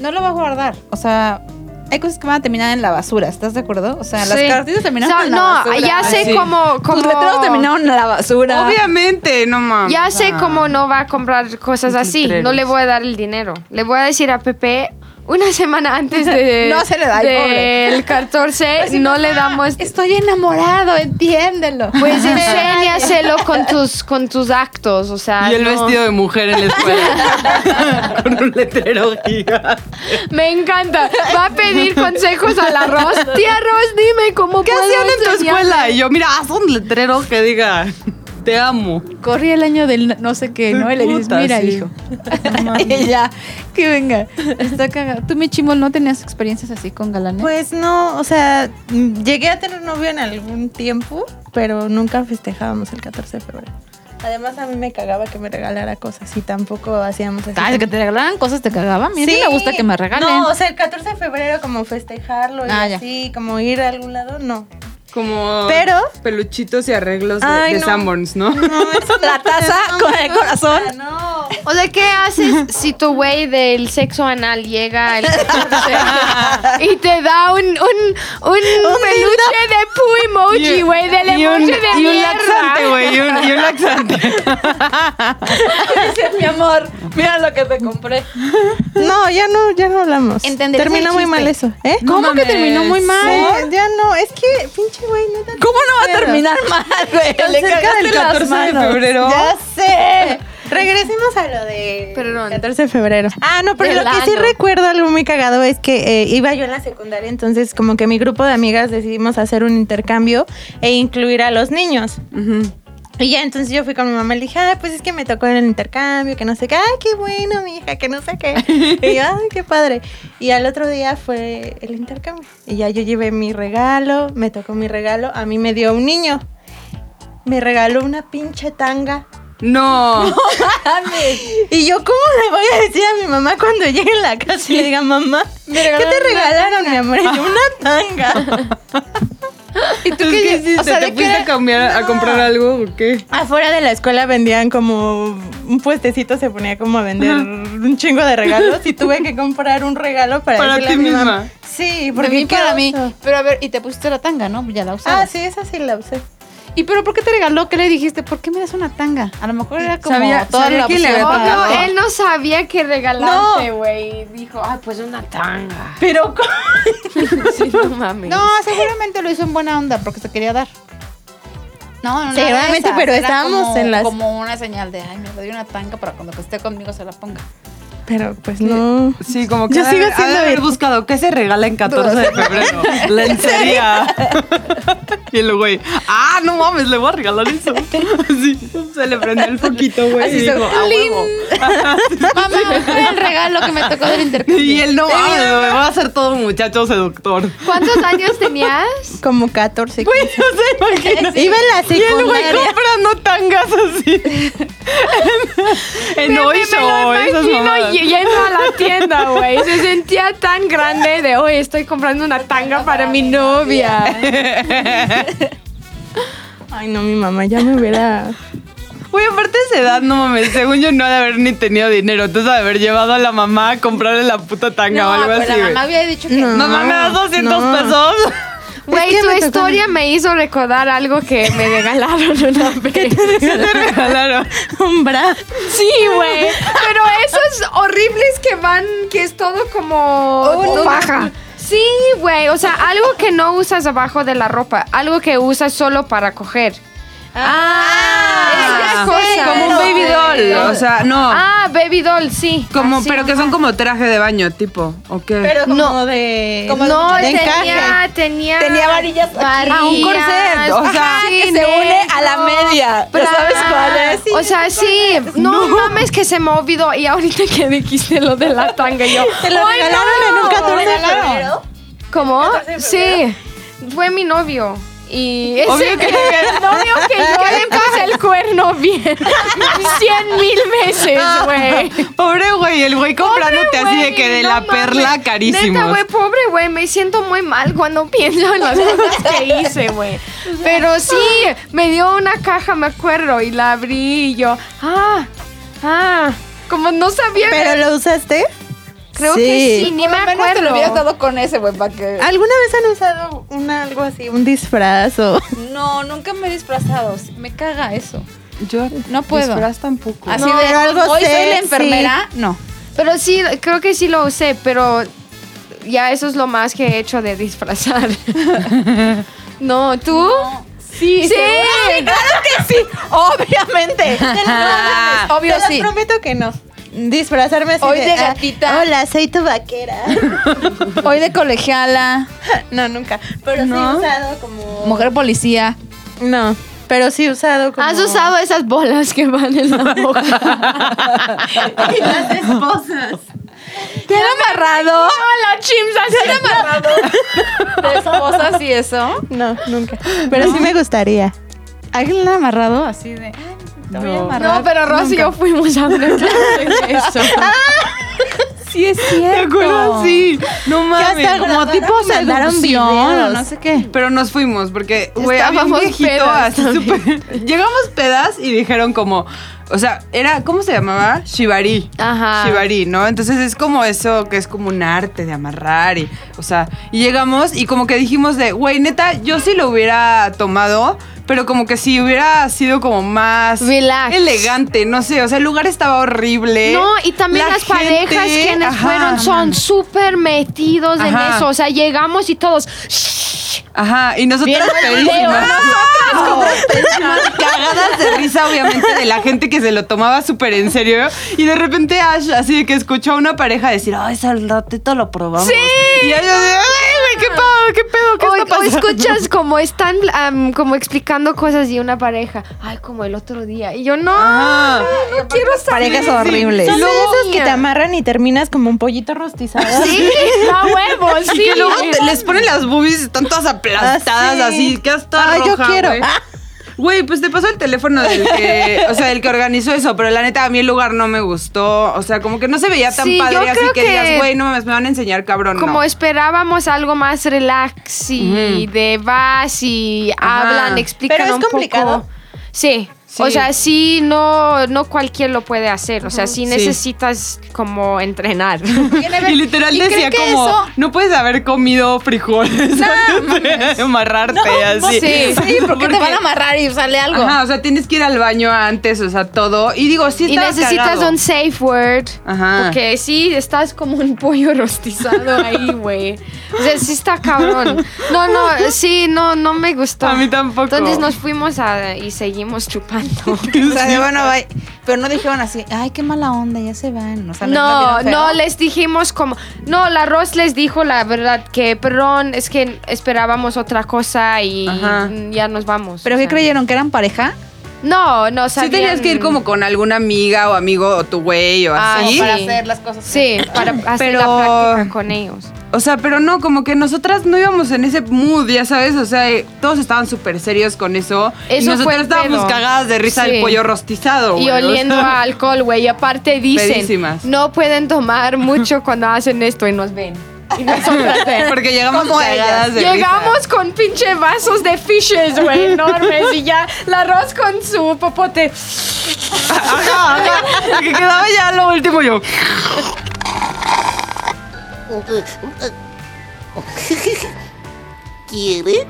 A: No lo va a guardar. O sea, hay cosas que van a terminar en la basura, ¿estás de acuerdo? O sea,
D: Sí.
A: las cartitas terminaron
D: O sea,
A: en la
D: no,
A: basura.
D: ya sé
C: Sí.
D: cómo... cómo
A: Tus letreros terminaron en la basura.
C: Obviamente, no mames.
D: Ya sé cómo no va a comprar cosas
C: Los
D: así.
C: letreros.
D: No le voy a dar el dinero. Le voy a decir a Pepe una semana antes de,
A: No se le da, ay, pobre. Pues
D: del 14, no le damos.
A: Estoy enamorado, entiéndelo.
D: Pues enséñaselo con tus, con tus actos, o sea.
C: Y el
D: Ah, no.
C: vestido de mujer en la escuela. Con un letrero gigante.
D: Me encanta. Va a pedir consejos a la Ros. Tía Ros, dime cómo
C: ¿Qué
D: puedo
C: hacían en tu
D: enseñar?
C: escuela? Y yo, mira, haz un letrero que diga, te amo.
A: Corrí el año del no sé qué, ¿no? Y le dices,
C: Puta,
A: mira,
C: sí.
A: hijo. y ya, que venga. Está cagado. Tú, mi chimol, ¿no tenías experiencias así con galanes?
B: Pues no, o sea, mm, llegué a tener novio en algún tiempo, pero nunca festejábamos el 14 de febrero. Además, a mí me cagaba que me regalara cosas y tampoco hacíamos así.
A: Ay, Ah, que te regalaran cosas te cagaba. Mira, sí. me gusta que me regalen.
B: No, o sea, el 14 de febrero como festejarlo y
A: Ah, ya.
B: así, como ir a algún lado, no.
C: Como
B: Pero-
C: peluchitos y arreglos de,
B: Ay,
C: de
B: no.
C: Sanborns, ¿no?
B: No, eso no-
A: La taza
B: no
A: con
B: me
A: el corazón.
B: gusta, No.
D: O sea, ¿qué haces si tu güey del sexo anal llega el 14 y te da un, un, un, peluche de poo emoji, güey, del
C: Y un,
D: emoji de
C: y un
D: mierda?
C: laxante, güey. Y un, y un laxante.
A: mi amor, mira lo que te compré.
B: No, ya no, ya no hablamos.
A: Entenderás
B: Terminó
A: el
B: muy
A: chiste.
B: mal eso, ¿eh?
C: No
A: ¿Cómo que
C: mames.
A: terminó muy mal?
B: Sí, ya no, es que pinche güey, no te
A: ¿Cómo no va a terminar mal, güey? Le
B: cerca
A: cagaste
B: del
A: las
B: 14 de
A: manos.
C: febrero.
B: Ya sé. Regresemos a lo de
D: Perdón.
B: 14 de febrero. Ah, no, pero
D: Del
B: lo que sí
D: año.
B: recuerdo algo muy cagado es que eh, iba yo en la secundaria, entonces como que mi grupo de amigas decidimos hacer un intercambio e incluir a los niños. Y ya entonces yo fui con mi mamá y le dije, ay, pues es que me tocó en el intercambio, que no sé qué, ay, qué bueno, mi hija, que no sé qué. Y yo, ay, qué padre. Y al otro día fue el intercambio. Y ya yo llevé mi regalo, me tocó mi regalo, a mí me dio un niño. Me regaló una pinche tanga.
C: No.
B: Y yo, ¿cómo le voy a decir a mi mamá cuando llegue a la casa y le diga, mamá, ¿qué te regalaron, mi amor? Y yo, una tanga.
A: ¿Y tú
C: Entonces,
A: qué
C: ¿qué hiciste?
A: hiciste? O sea,
C: ¿Te
A: ¿de
C: fuiste
A: qué?
C: a, cambiar, a comprar algo o qué?
B: Afuera de la escuela vendían como un puestecito, se ponía como a vender un chingo de regalos y tuve que comprar un regalo para,
C: Para
B: decirle
C: ti
B: a mi
C: misma.
B: mamá. Sí,
A: Porque
B: porque qué
A: para mí.
B: oso.
A: Pero a ver, y te pusiste la tanga, ¿no? Ya la usabas.
B: Ah, sí, esa sí la usé.
E: ¿Y pero por qué te regaló? ¿Qué le dijiste? ¿Por qué me das una tanga? A lo mejor era como
C: Sabía-
E: toda
C: sabía
E: la
C: que le
E: opción.
C: había
E: No,
C: tocado.
E: no, él-
D: él Oh, no sabía que regalaste, güey. Dijo, ay, pues una tanga.
B: Pero, ¿cómo?
D: Sí, no
B: Pues.
D: mames.
E: no, seguramente lo hizo en buena onda porque se quería dar. No, no,
B: Seguramente, pero estábamos
E: como,
B: en las-
E: Como una señal de, ay, me doy una tanga para cuando que esté conmigo se la ponga.
B: Pero, pues no.
C: Sí, como que
B: Yo
C: ha de
B: sigo
C: haber- ha de
B: siendo
C: haber
B: virgen.
C: buscado qué se regala en 14 de febrero. Lencería. y el güey, ah, no mames, le voy a regalar eso. Así, se le prendió el foquito, güey. Y, dijo, "A huevo".
E: Mamá, era el regalo que me tocó del intercambio.
C: Y él no mames, me va a hacer todo un muchacho seductor.
D: ¿Cuántos años tenías?
B: Como 14.
C: Güey, no se imagina.
B: Iba en la
C: Y el güey
B: secundaria.
C: comprando tangas así. en
D: Me-
C: en
D: me- me
C: Oysho,
D: lo
C: esas
D: imagino
C: mamadas.
D: y- yendo a la tienda, güey. Se sentía tan grande de hoy estoy comprando una tanga para mi novia.
B: Ay, no, mi mamá ya me hubiera.
C: Güey, aparte de esa edad, no mames, según yo no ha de haber ni tenido dinero. Entonces ha de haber llevado a la mamá a comprarle la puta tanga o
E: No,
C: algo
E: pues
C: así,
E: la
C: güey.
E: mamá había dicho que
B: No.
C: No mames, ¿me das 200
B: no.
C: pesos.
D: Güey,
B: que
D: tu
B: me tocó-
D: historia me hizo recordar algo que me regalaron una vez.
C: ¿Qué te regalaron?
B: Hombra.
D: Sí, güey. Pero esos horribles que van, que es todo como
E: no.
D: Oh, paja. Sí, güey. O sea, algo que no usas abajo de la ropa. Algo que usas solo para coger.
C: Ah,
D: esas cosas.
C: como un baby doll. O sea, no.
D: Ah, baby doll, sí.
C: como,
D: Así,
C: pero que son
D: ajá.
C: como traje de baño, tipo. ¿O qué?
B: Pero como
D: No.
B: de.
D: No,
B: de encaje.
D: tenía, tenía...
B: Tenía varillas aquí.
D: varillas,
C: Ah, un corset, o sea,
D: sí,
B: que se une a la
D: negro,
B: media. ¿Pero sabes cuál es?
D: Sí, o sea, sí. No, mames que se me olvidó. Y ahorita que dijiste lo de la tanga, yo...
B: Te lo
D: ¡ay,
B: regalaron
D: no!
B: en un 14 de
E: regalaron.
B: febrero.
D: ¿Cómo? Sí. Fue mi novio. Y ese
C: Obvio que-
D: novio que yo le puse el cuerno bien. Cien mil veces, güey.
C: Pobre güey, el güey comprándote
D: Pobre,
C: así de
D: güey,
C: que de
D: no
C: la
D: mames.
C: perla
D: Neta,
C: carísimo.
D: güey, pobre, güey. Me siento muy mal cuando pienso en las cosas que hice, güey. Pero sí, me dio una caja, me acuerdo, y la abrí y yo, ah, ah. Como no sabía,
B: ¿Pero lo usaste?
D: creo que sí, ni me
E: menos te lo
D: acuerdo.
E: hubieras dado con ese, güey, para que...
B: ¿Alguna vez han usado un, algo así, un disfraz o...?
E: No, nunca me he disfrazado. Me caga eso.
C: Yo
E: No puedo.
C: disfraz tampoco.
E: Así
B: No,
E: de,
B: pero algo
E: hoy soy la
B: sexy.
E: enfermera. No.
D: Pero sí, creo que sí lo usé, pero ya eso es lo más que he hecho de disfrazar. no, ¿tú? Sí, sí.
B: ¡Claro que sí! ¡Obviamente! Te lo prometo.
E: Obvio
B: Te lo
E: sí.
B: prometo que no. Disfrazarme así
E: Hoy de
B: ah,
E: gatita.
B: hola, soy tu vaquera.
E: Hoy de colegiala,
B: no, nunca. Pero sí usado como...
E: mujer policía.
B: No, pero sí usado como...
D: Has usado esas bolas que van en la boca.
B: Y las esposas.
E: ¿Te han amarrado?
D: Hola, chimps, así amarrado.
E: ¿De esposas y eso?
B: No, nunca. Pero sí me gustaría.
E: ¿Alguien la ha amarrado así de... "Ay, Te voy a amarrar"?
D: No, pero Rosy y yo fuimos a una clase de eso.
E: Sí, es cierto.
C: ¿Te acuerdas? Sí. No mames.
B: hasta
C: Como
B: grabada
C: tipo
B: me mandaron
C: seducción o
B: videos.
C: no sé qué. Pero nos fuimos porque, güey, había un
D: Estábamos
C: viejito
D: pedas
C: así súper- Llegamos pedas y dijeron como... O sea, era... ¿Cómo se llamaba? Shibari.
D: Ajá.
C: Shibari, ¿no? Entonces es como eso que es como un arte de amarrar y... O sea, y llegamos y como que dijimos de... Güey, neta, yo sí lo hubiera tomado... Pero como que si hubiera sido como más
D: Relax.
C: elegante, no sé, o sea, el lugar estaba horrible.
D: No, y también
C: La
D: las parejas
C: gente-
D: quienes
C: Ajá.
D: fueron son súper metidos en
C: Ajá.
D: eso. O sea, llegamos y todos.
C: Ajá, y nosotras
D: Viendo el video.
C: pedísimas. Cagadas de risa, obviamente, de la gente que se lo tomaba súper en serio. Y de repente Ash, así de que escuchó a una pareja decir, ay, ese ratito lo probamos.
D: Sí.
C: Y Ash así, ay, güey, qué pedo, qué pedo, qué
D: o,
C: está
D: o
C: pasando.
D: escuchas como están am, como explicando cosas y una pareja, ay, como el otro día. Y yo, no,
C: Ajá.
D: no, no quiero saber.
B: Parejas horribles. Son de esos que te amarran y terminas como un pollito rostizado.
D: Sí, a huevos, sí.
C: Y que luego te- les ponen las boobies, están todas aplastadas
B: Ah, sí.
C: así, que hasta
B: Ay, yo
C: roja,
B: quiero.
C: güey.
D: Ah.
C: Güey, pues te pasó el teléfono del que, o sea, del que organizó eso, pero la neta a mí el lugar no me gustó, o sea, como que no se veía tan
D: Sí, yo
C: padre, así
D: creo
C: que,
D: que-
C: digas, güey, no mames, me van a enseñar, cabrón,
D: Como
C: no.
D: esperábamos algo más relax y de vas y
C: Ajá.
D: hablan, explican
B: Pero es
D: un poco.
B: complicado.
D: Sí. O sea, sí, no, no cualquier lo puede hacer. O sea, sí
C: Sí.
D: necesitas como entrenar.
C: Y literal
E: ¿y creen
C: decía
E: que
C: como,
E: eso-
C: no puedes haber comido frijoles antes de amarrarte así.
E: Sí, sí, porque te van a amarrar y sale algo.
C: Ajá, o sea, tienes que ir al baño antes, o sea, todo. Y digo, sí
D: y
C: estaba
D: necesitas
C: cagado. Ah.
D: un safe word.
C: Ajá.
D: Porque sí, estás como un pollo rostizado ahí, güey. O sea, sí está cabrón. No, no, sí, no, no me gustó.
C: A mí tampoco.
D: Entonces nos fuimos a- y seguimos chupando.
A: O sea, de, bueno, bye. Pero no dijeron así, ay, qué mala onda, ya se van. O sea,
D: No,
A: dijeron
D: no
A: feo.
D: les dijimos como. No, la Ros les dijo la verdad que, perdón, es que esperábamos otra cosa y
C: Ajá.
D: ya nos vamos.
A: ¿Pero
D: o
A: qué
D: sea.
A: creyeron? ¿Que eran pareja?
D: No, no
C: Sí
D: sabían.
C: tenías que ir como con alguna amiga o amigo o tu güey o
D: Ah,
C: así.
D: para
E: hacer las cosas.
D: Sí, para hacer
C: Pero-
D: la práctica con ellos.
C: O sea, pero no, como que nosotras no íbamos en ese mood, ya sabes. O sea, eh, todos estaban súper serios con eso. y
D: Eso
C: nosotras
D: fue el
C: estábamos
D: pedo.
C: cagadas de risa
D: Sí.
C: del pollo rostizado.
D: Y
C: güey, o sea.
D: oliendo a alcohol, güey. Y aparte dicen,
C: Pedísimas.
D: no pueden tomar mucho cuando hacen esto y nos ven. Y nosotras ven.
C: Porque llegamos cagadas de
D: Llegamos con pinche vasos de fishes, güey, enormes. Y ya la Ros con su popote.
C: risa. Ajá, ajá. Lo que quedaba ya lo último yo.
F: ¿Quiere?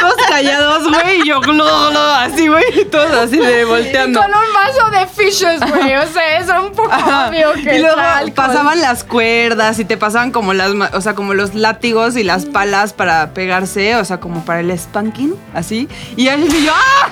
C: Todos callados, güey. Y yo, glo, glo, así, güey. y Todos así de volteando.
D: Con un vaso de fishes, güey. O sea, es un poco
C: Ajá.
D: obvio que
C: y luego
D: trae alcohol.
C: pasaban las cuerdas y te pasaban como las ma- o sea como los látigos y
D: Mm.
C: las palas para pegarse o sea como para el spanking así y ahí yo ¡ah!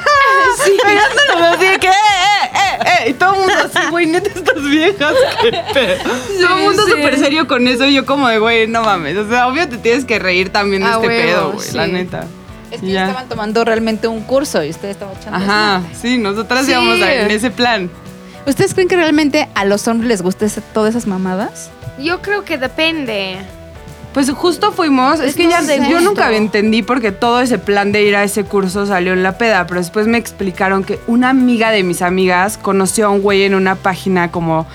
C: sí. pegándolo así de que eh, eh, eh, eh. y todo el mundo así güey neta estas viejas qué pedo. todo el mundo súper serio con eso y yo como de güey no mames o sea obvio te tienes que reír también de
D: A
C: este
D: Ah, huevo,
C: pedo güey la
D: sí.
C: neta
A: Es
C: Y
A: que
C: ya.
A: estaban tomando realmente un curso y ustedes estaban echando.
C: Ajá, sí, nosotras
D: Sí.
C: íbamos a- en ese plan.
A: ¿Ustedes creen que realmente a los hombres les gustan todas esas mamadas?
D: Yo creo que depende.
C: Pues justo fuimos, es,
D: Es
C: que ya
D: no sé.
C: yo nunca entendí porque todo ese plan de ir a ese curso salió en la peda, pero después me explicaron que una amiga de mis amigas conoció a un güey en una página como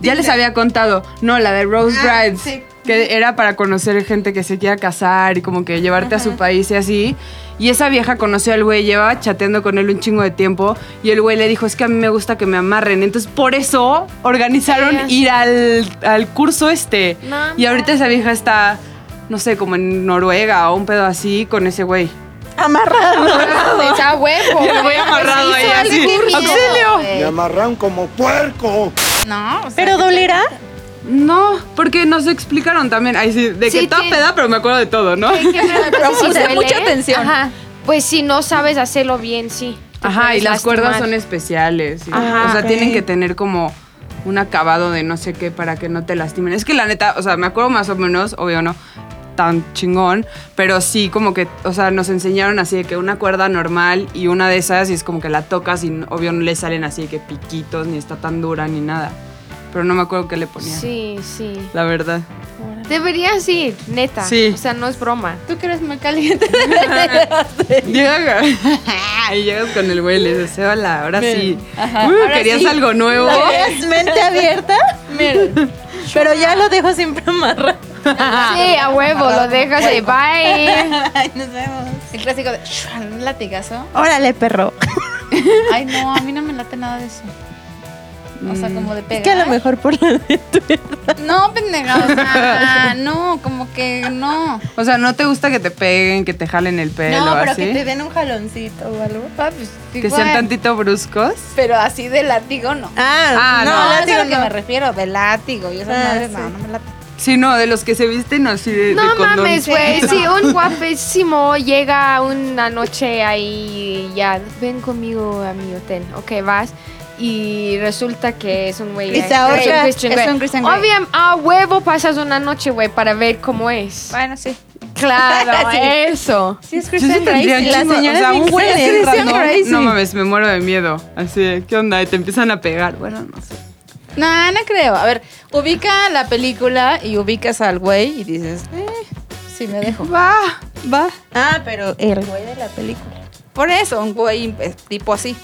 C: ya les había contado, no, la de Rose
D: Ah,
C: Brides, que era para conocer gente que se quiera casar y como que llevarte a su país y así. Y esa vieja conoció al güey, llevaba chateando con él un chingo de tiempo y el güey le dijo, es que a mí me gusta que me amarren. Entonces por eso organizaron
D: Sí,
C: ir al, al curso este.
D: No
C: y ahorita esa vieja está, no sé, como en Noruega o un pedo así con ese güey.
D: Está huevo.
C: Y el güey
D: güey.
C: amarrado ahí así. ¡Auxilio!
G: Me amarran como puerco.
A: No, o sea,
B: ¿Pero dolerá?
C: No, porque nos explicaron también. Ay, sí, de que
D: Sí,
C: estaba
D: que-
C: peda, pero me acuerdo de todo, ¿no?
D: Sí, que me- sí
A: puse
D: duele.
A: mucha atención.
D: Ajá. Pues si no sabes hacerlo bien, sí. te
C: Ajá, y
D: puedes
C: las cuerdas
D: lastimar.
C: son especiales. ¿sí?
D: Ajá.
C: o sea,
B: Ok.
C: tienen que tener como un acabado de no sé qué para que no te lastimen. Es que la neta, o sea, me acuerdo más o menos, obvio no tan chingón, pero sí como que, o sea, nos enseñaron así de que una cuerda normal y una de esas y es como que la tocas y no- obvio no le salen así de que piquitos ni está tan dura ni nada. Pero no me acuerdo qué le ponía.
D: Sí, sí.
C: La verdad.
D: Deberías ir, neta.
C: Sí.
D: O sea, no es broma.
E: Tú que eres muy caliente.
C: Llega- y llegas con el güey y le dices, hola, ahora sí. Uh, querías algo nuevo.
B: ¿Es mente abierta? Pero ya lo dejo siempre amarrado.
D: sí, a huevo, lo dejas ahí. Bye.
B: Ay, nos vemos.
E: El clásico de "Shua, un latigazo.
B: Órale, perro.
E: Ay, no, a mí no me late nada de eso. O sea, como de
B: Es
E: pegar.
B: que a lo mejor por la de tu
E: No, pendeja, o sea, no, como que no.
C: O sea, ¿no te gusta que te peguen, que te jalen el pelo
B: No, pero
C: así?
B: que te den un jaloncito o algo.
E: Pa, pues,
C: Que
E: igual.
C: sean tantito bruscos.
E: Pero así de látigo no.
B: Ah,
C: Ah,
B: no,
C: no.
E: No,
B: la
E: es a lo
B: digo
E: que
B: no.
E: me refiero, de látigo. Y esas
B: Ah,
E: madres,
B: sí.
E: no, no me late.
C: Sí, no, de los que se visten así de, de
D: No
C: condón.
D: mames, güey. Si un guapísimo llega una noche ahí, ya, ven conmigo a mi hotel. Ok, vas. Y resulta que es un güey.
B: Y
D: eh,
B: se ahorca,
D: es un Christian
E: es
D: Grey.
E: un Christian Grey.
D: Obvio, a huevo pasas una noche, güey, para ver cómo es.
E: Bueno, sí.
D: Claro, eso.
E: Sí, es
C: Yo sí
E: Christian
C: tendría
E: Grey.
C: un
B: la
C: chingo-
B: señora
C: o sea,
B: es
C: un güey así
B: Christian
C: random,
B: Grey, sí.
C: No mames, me muero de miedo. Así, de, ¿qué onda? Y te empiezan a pegar. Bueno, no sé.
E: No, no creo. A ver, ubica la película y ubicas al güey y dices, eh, sí me dejo.
C: Va, va.
B: Ah, pero el güey de la película.
E: Por eso, un güey pues, tipo así.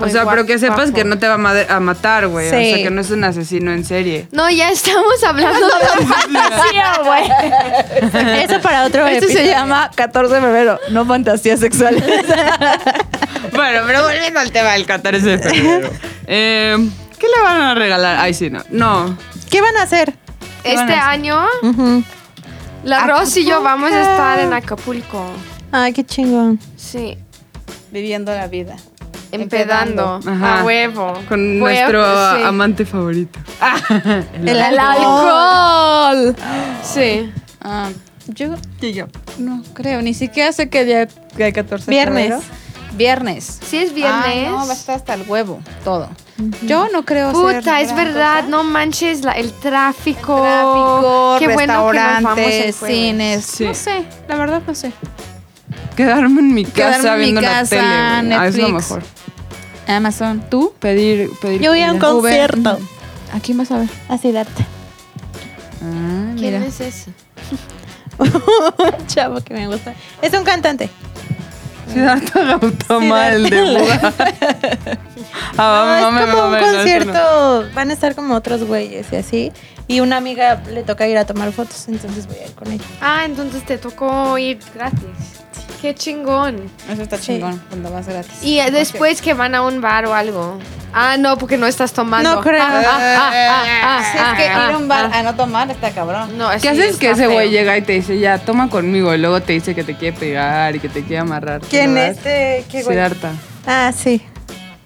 C: o sea, pero que sepas que no te va a, made- a matar, güey. O sea,
B: Sí.
C: que no es un asesino en serie.
D: No, ya estamos hablando de fantasía, güey.
B: Eso para otro
A: Esto
B: episodio.
A: se llama 14 de febrero, no fantasías sexuales.
C: Bueno, pero volviendo al tema del 14 de febrero. Eh, ¿Qué le van a regalar? Ay, sí, no. No.
B: ¿Qué van a hacer?
D: Este
C: Bueno, sí.
D: año,
B: Ujú.
D: la Ros y yo vamos a
B: Acapulco.
D: estar en Acapulco.
B: Ay, qué chingón.
D: Sí.
A: Viviendo la vida.
D: Empedando.
C: Ajá.
D: A huevo.
C: Con
D: Huevo,
C: nuestro
D: sí.
C: amante favorito. Ah,
B: El
D: El alcohol. Sí.
A: Ah, yo
C: ¿Qué yo?
A: no creo, ni siquiera sé qué día que hay 14 de
B: Viernes.
A: febrero. Viernes.
D: Sí es viernes.
A: Ay, no, va a estar hasta el huevo, todo. Yo no creo
D: Puta,
A: ser
D: es
A: gran
D: verdad,
A: cosa.
D: no manches la- el tráfico.
A: Tráfico,
D: Qué bueno que nos vamos el
A: restaurantes,
D: jueves.
A: cines.
C: Sí.
A: No sé, la verdad no sé.
C: Quedarme en mi casa
A: Quedarme en mi
C: viendo
A: casa,
C: la tele. güey. Ah, es lo
A: Netflix.
C: mejor.
A: Amazon, ¿tú?
C: Pedir, pedir.
B: Yo voy a un
C: comida.
B: concierto.
A: ¿A quién vas a ver?
B: Así date.
A: Ah,
D: ¿Quién
A: mira.
D: es ese?
B: Un chavo que me gusta. Es un cantante.
C: Siddhartha Gautama, el de Buda.
B: No,
C: Ah,
B: es
C: mame, mame,
B: como un
C: no, eso no.
B: concierto. Van a estar como otros güeyes y así. Y una amiga le toca ir a tomar fotos, entonces voy a ir con ella.
D: Ah, entonces te tocó ir gratis. Qué chingón.
A: Eso está chingón, cuando vas gratis.
D: Y eh, después que van a un bar o algo. Ah, no, porque no estás tomando.
B: No creo.
D: Ah, ah, ah, ah,
A: Si
D: ah,
A: es que
D: ah,
A: ir a un bar
D: ah.
A: a no tomar está cabrón.
D: No, sí,
C: ¿Qué haces
D: está
C: que ese güey
D: feo.
C: llega y te dice, ya, toma conmigo? Y luego te dice que te quiere pegar y que te quiere amarrar. ¿Te
B: ¿Quién
C: lo
B: es?
A: este,
C: das?
B: Eh, ¿Qué güey?
C: Siddhartha.
B: Ah, sí.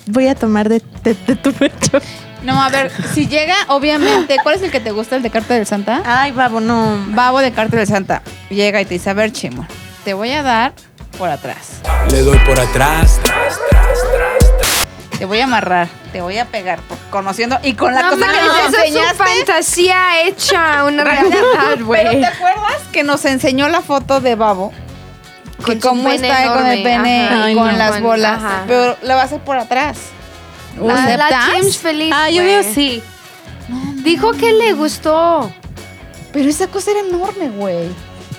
B: Voy a tomar de, de- de tu pecho.
A: No, a ver, si llega, obviamente, ¿cuál es el que te gusta, el de Carta del Santa?
B: Ay, babo, no.
A: Babo de Carta del Santa llega y te dice, a ver, Chimo, te voy a dar por atrás.
F: Le doy por atrás.
A: Te voy a amarrar, te voy a pegar, por- conociendo y con la
D: No
A: cosa que
D: mames,
A: nos
D: eso es una
A: enseñaste. Ah,
D: fantasía hecha una realidad,
A: Pero
D: güey.
A: ¿te acuerdas que nos enseñó la foto de Babo?
D: Con
A: Que
D: su
A: cómo
D: pene
A: está con el
D: enorme,
A: pene
D: ajá.
A: y
D: Ay,
A: con
D: no.
A: las
D: Con-
A: bolas,
D: ajá.
A: pero la va a hacer por atrás. ¿Lo
D: La, la
A: aceptas?
D: James feliz.
B: Ah, yo
D: güey.
B: veo sí.
D: Dijo que le gustó.
A: Pero esa cosa era enorme, güey.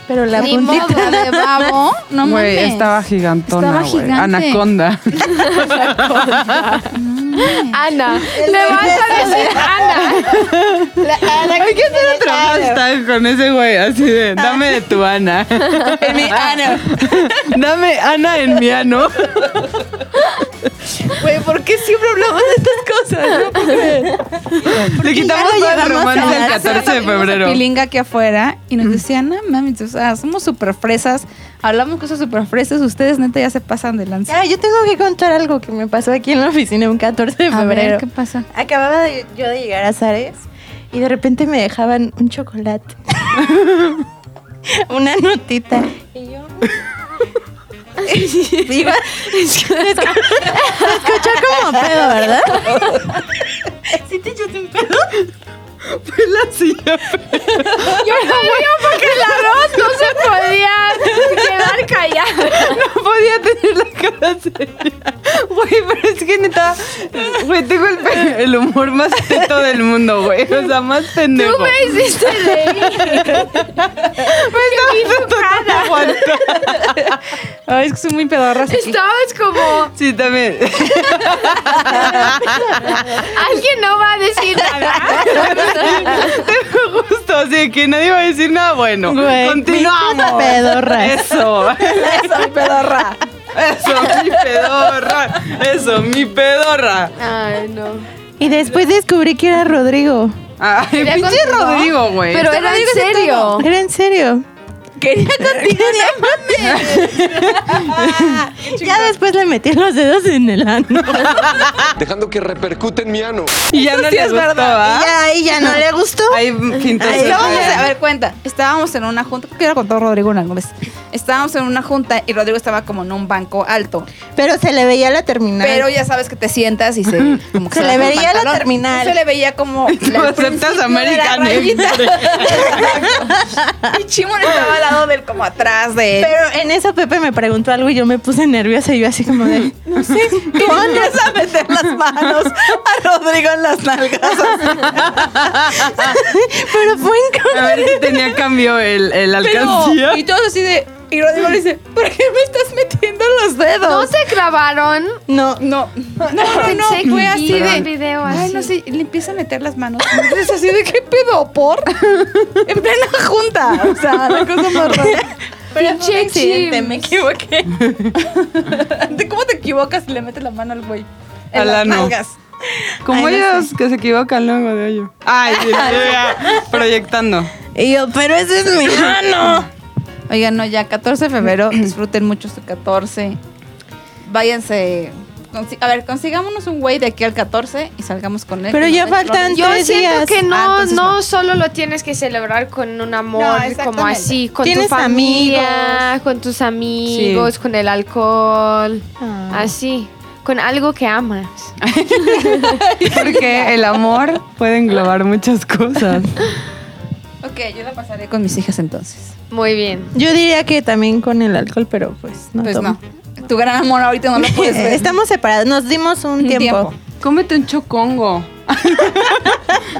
B: Pero la
D: Ni
B: puntita.
A: La de Babo, no
C: Güey,
A: mames.
C: estaba gigantona,
A: Estaba
C: güey.
A: gigante.
C: Anaconda.
D: Ana. Le vas a decir "Ah, Ana.
B: ah,
C: Hay que hacer otro hashtag con ese güey, así de, dame de tu Ana.
A: En mi- ah, no.
C: Dame Ana en mi ano.
A: Güey, ¿por qué siempre hablamos de estas cosas? No
C: Le quitamos
B: ya lo
C: todo el
B: llevamos
C: romance
B: a
C: el
B: la-
C: 14 de
A: Tuvimos a
C: febrero.
A: Pilinga aquí afuera y nos decían, no mames, o sea, somos super fresas, hablamos cosas super fresas, ustedes neta ya se pasan de lanza.
B: Ah, yo tengo que contar algo que me pasó aquí en la oficina un 14 de
A: A ver,
B: febrero.
A: ¿qué pasa?
B: Acababa de- yo de llegar a Zares y de repente me dejaban un chocolate. Una notita. Y yo. Iba- se escucha como pedo, ¿verdad? ¿Sí te echaste un pedo?
C: Fue la silla.
D: Yo no veo porque la Ross no se podía quedar callada.
C: No podía tener la cara seria. Güey, pero es que neta. Güey, tengo el, pe- el humor más teto del mundo, güey. O sea, más pendejo.
D: Tú me hiciste reír.
C: me estaba tratando de aguantar.
A: Ay, es que soy muy pedorra.
D: Estabas como,
C: Sí, también.
D: alguien no va a decir nada.
C: Tengo justo, así de que nadie va a decir nada bueno.
B: Güey,
C: Continuamos.
B: mi pedorra.
C: Eso. Eso, pedorra. Eso, mi pedorra. Eso, mi pedorra.
D: Ay, no.
B: Y después descubrí que era Rodrigo.
C: Ay,
D: Ya
C: pinche
D: continuó.
C: Rodrigo, güey.
D: Pero era en serio.
B: Era en serio.
A: Quería contigo.
B: Ya después le metí los dedos en el ano.
F: Dejando que repercute en mi ano.
C: Y ya no le
A: es
C: gustó,
A: verdad.
C: ¿ah?
B: Y ya, y ya no le gustó.
C: Ahí pintó su
A: Estábamos,
C: cara.
A: a ver, cuenta. Estábamos en una junta, creo que era con todo Rodrigo en alguna vez. Estábamos en una junta y Rodrigo estaba como en un banco alto.
B: Pero se le veía la terminal.
A: Pero ya sabes que te sientas y se. Como que
B: Se le
A: baja el
B: veía la
A: pantalón.
B: terminal.
A: Se le veía como.
C: Tú aceptas American Express.
A: Y Chimon estaba al lado del como atrás de él.
B: Pero en eso Pepe me preguntó algo y yo me puse nerviosa y yo así como de, no sé, ¿dónde?
A: a meter las manos a Rodrigo en las nalgas.
B: Pero fue
C: A
B: incómodo.
C: ver si tenía cambio el, el alcancía.
A: y todos así de. Y Rodrigo le dice: ¿Por qué me estás metiendo los
D: ¿No
A: dedos?
D: te grabaron?
B: No,
A: No, no, no,
D: Pensé
A: no,
D: que
A: fue
D: vi
A: así
D: un
A: de.
D: video
A: Ay,
D: así.
A: no sé, y le empieza a meter las manos. Es así de qué pedo, por. En plena junta. O sea, la cosa más rara.
D: Pinche
B: accidente,
D: Jim.
B: me equivoqué.
A: ¿De ¿Cómo te equivocas y le metes la mano al güey. En
C: Al
A: las
C: ano.
A: nalgas.
C: Como
B: Ay, no
C: ellos que se equivocan luego de ello. Ay, mira, mira, proyectando.
B: Y yo, pero ese es mi mano.
A: Oigan, no, ya 14 de febrero, disfruten mucho su 14. Váyanse. consi- A ver, consigámonos un güey de aquí al 14 y salgamos con él.
B: Pero
A: que nos
B: ya
A: dé
B: faltan
A: flores.
D: Yo
B: tres
D: siento
B: días.
D: que no,
A: Ah, entonces
D: no,
A: no.
D: solo lo tienes que celebrar con un
A: No,
D: amor como
A: exactamente.
D: así, con tu
B: Tienes
D: familia, con tus amigos, con el alcohol,
B: Ah.
D: así, con algo que amas.
C: Porque el amor puede englobar muchas cosas.
A: Ok, yo la pasaré con mis hijas entonces.
D: Muy bien.
B: Yo diría que también con el alcohol, pero pues no.
A: pues
B: tomo.
A: no. Tu gran amor ahorita no lo puedes ver.
B: Estamos separados, nos dimos un,
A: Un
B: tiempo.
A: tiempo.
C: Cómete un chocongo.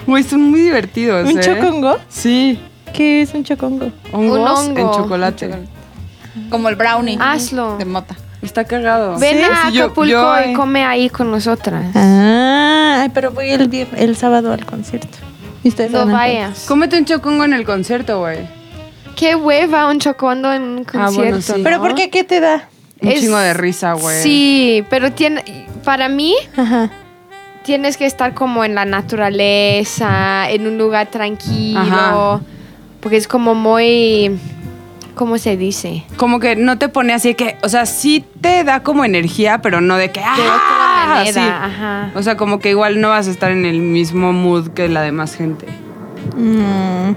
C: Güey, son muy divertidos.
B: ¿Un
C: ¿eh?
B: chocongo?
C: Sí,
B: ¿Qué es un chocongo?
C: hongos
D: Un hongo.
C: en chocolate.
A: Como el brownie.
D: Hazlo.
A: De mota.
C: Está cagado.
D: Ven a
C: Sí, yo-
D: Acapulco
C: yo,
D: y
C: eh,
D: come ahí con nosotras.
B: Ah, ay, pero voy el, vier- el sábado al concierto. ¿Y ustedes
D: No
B: van a-
D: vayas.
C: Cómete un chocongo en el concierto, güey.
D: Qué hueva un chocondo en un
C: Ah,
D: concierto.
C: bueno, sí.
B: ¿Pero por qué? ¿Qué te da?
C: Un
D: Es-
C: chingo de risa, güey.
D: Sí, pero tiene, para mí
B: Ajá.
D: tienes que estar como en la naturaleza, en un lugar tranquilo,
C: Ajá.
D: porque es como muy, ¿cómo se dice?
C: Como que no te pone así que, o sea, sí te da como energía, pero no de que.
D: De
C: ¡ah!
D: otra manera,
C: Sí.
D: ajá.
C: O sea, como que igual no vas a estar en el mismo mood que la demás gente.
B: Mm.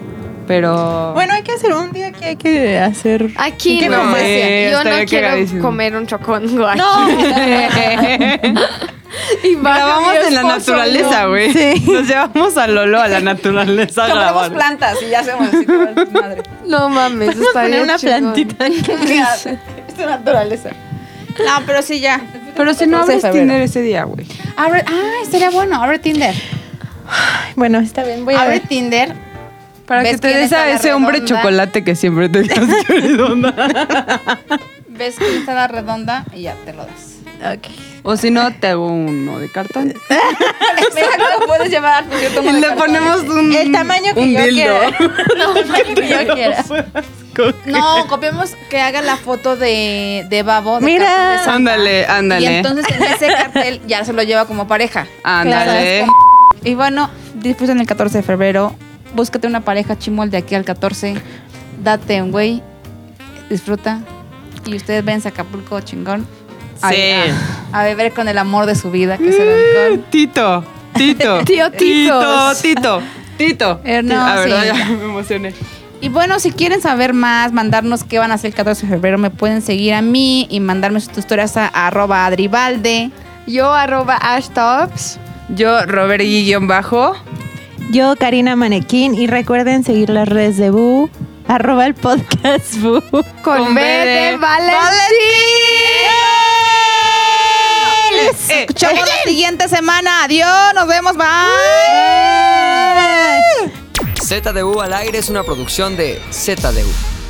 C: Pero.
B: Bueno, hay que hacer un día que hay que hacer.
D: Aquí
B: ¿Qué
D: no,
C: conferencia?
D: yo no
C: Estaría
D: quiero
C: cagadísimo.
D: comer un chocongo aquí.
C: y grabamos en la naturaleza, güey.
B: Sí.
C: Nos llevamos a Lolo a la naturaleza a
A: Compramos
C: grabar.
A: plantas y ya hacemos así. toda la madre.
D: No mames,
B: Podemos
D: estaría
B: poner una
D: chingón.
B: plantita.
A: es tu naturaleza. No, pero sí ya.
C: Pero si no
A: 14 de
C: abres
A: febrero.
C: Tinder ese día, güey.
A: Abre, ah, estaría bueno. Abre Tinder.
B: Bueno, está bien, voy a
A: Abre
B: ver.
A: Tinder.
C: Para
A: ¿Ves
C: que te
A: quién
C: des
A: está
C: a
A: la
C: ese hombre
A: redonda?
C: chocolate que siempre te has querido dar.
A: Ves que está la redonda y ya te lo das.
C: O si no, te hago uno de cartón.
A: Mira cómo puedes llevar pues, yo tomo
C: Y
A: de
C: le
A: cartón.
C: ponemos un.
B: El tamaño que
C: un
B: yo quiera.
A: No, para que yo quiera.
C: Coge.
A: No, copiamos que haga la foto de, de Babo. de
B: Mira.
A: cartel de Santa.
C: Ándale, ándale.
A: Y entonces en ese cartel ya se lo lleva como pareja.
C: Ándale.
A: Y bueno, disfruten el 14 de febrero. Búscate una pareja chimol de aquí al 14. Date un güey. Disfruta. Y ustedes ven a Acapulco chingón. ah,
C: Sí. Mm.
A: A, a beber con el amor de su vida, que es el alcohol.
C: Tito, Tito.
A: Tío
C: Tito,
A: Titos.
C: Tito, Tito.
A: Eh, no,
C: A ver,
A: sí.
C: ya me emocioné.
A: Y bueno, si quieren saber más, mandarnos qué van a hacer el 14 de febrero, me pueden seguir a mí y mandarme sus historias a arroba adribalde.
D: Yo arroba ashtops.
C: Yo, Robert Gui, guión bajo.
B: Yo, Karina Manequín, y recuerden seguir las redes de Bu, arroba el podcast Bu.
D: Con,
C: Con
D: B
C: B de
D: de Valentín.
C: Eh,
A: Escuchamos la siguiente semana. Adiós, nos vemos. Bye.
H: ZDU al aire es una producción de ZDU.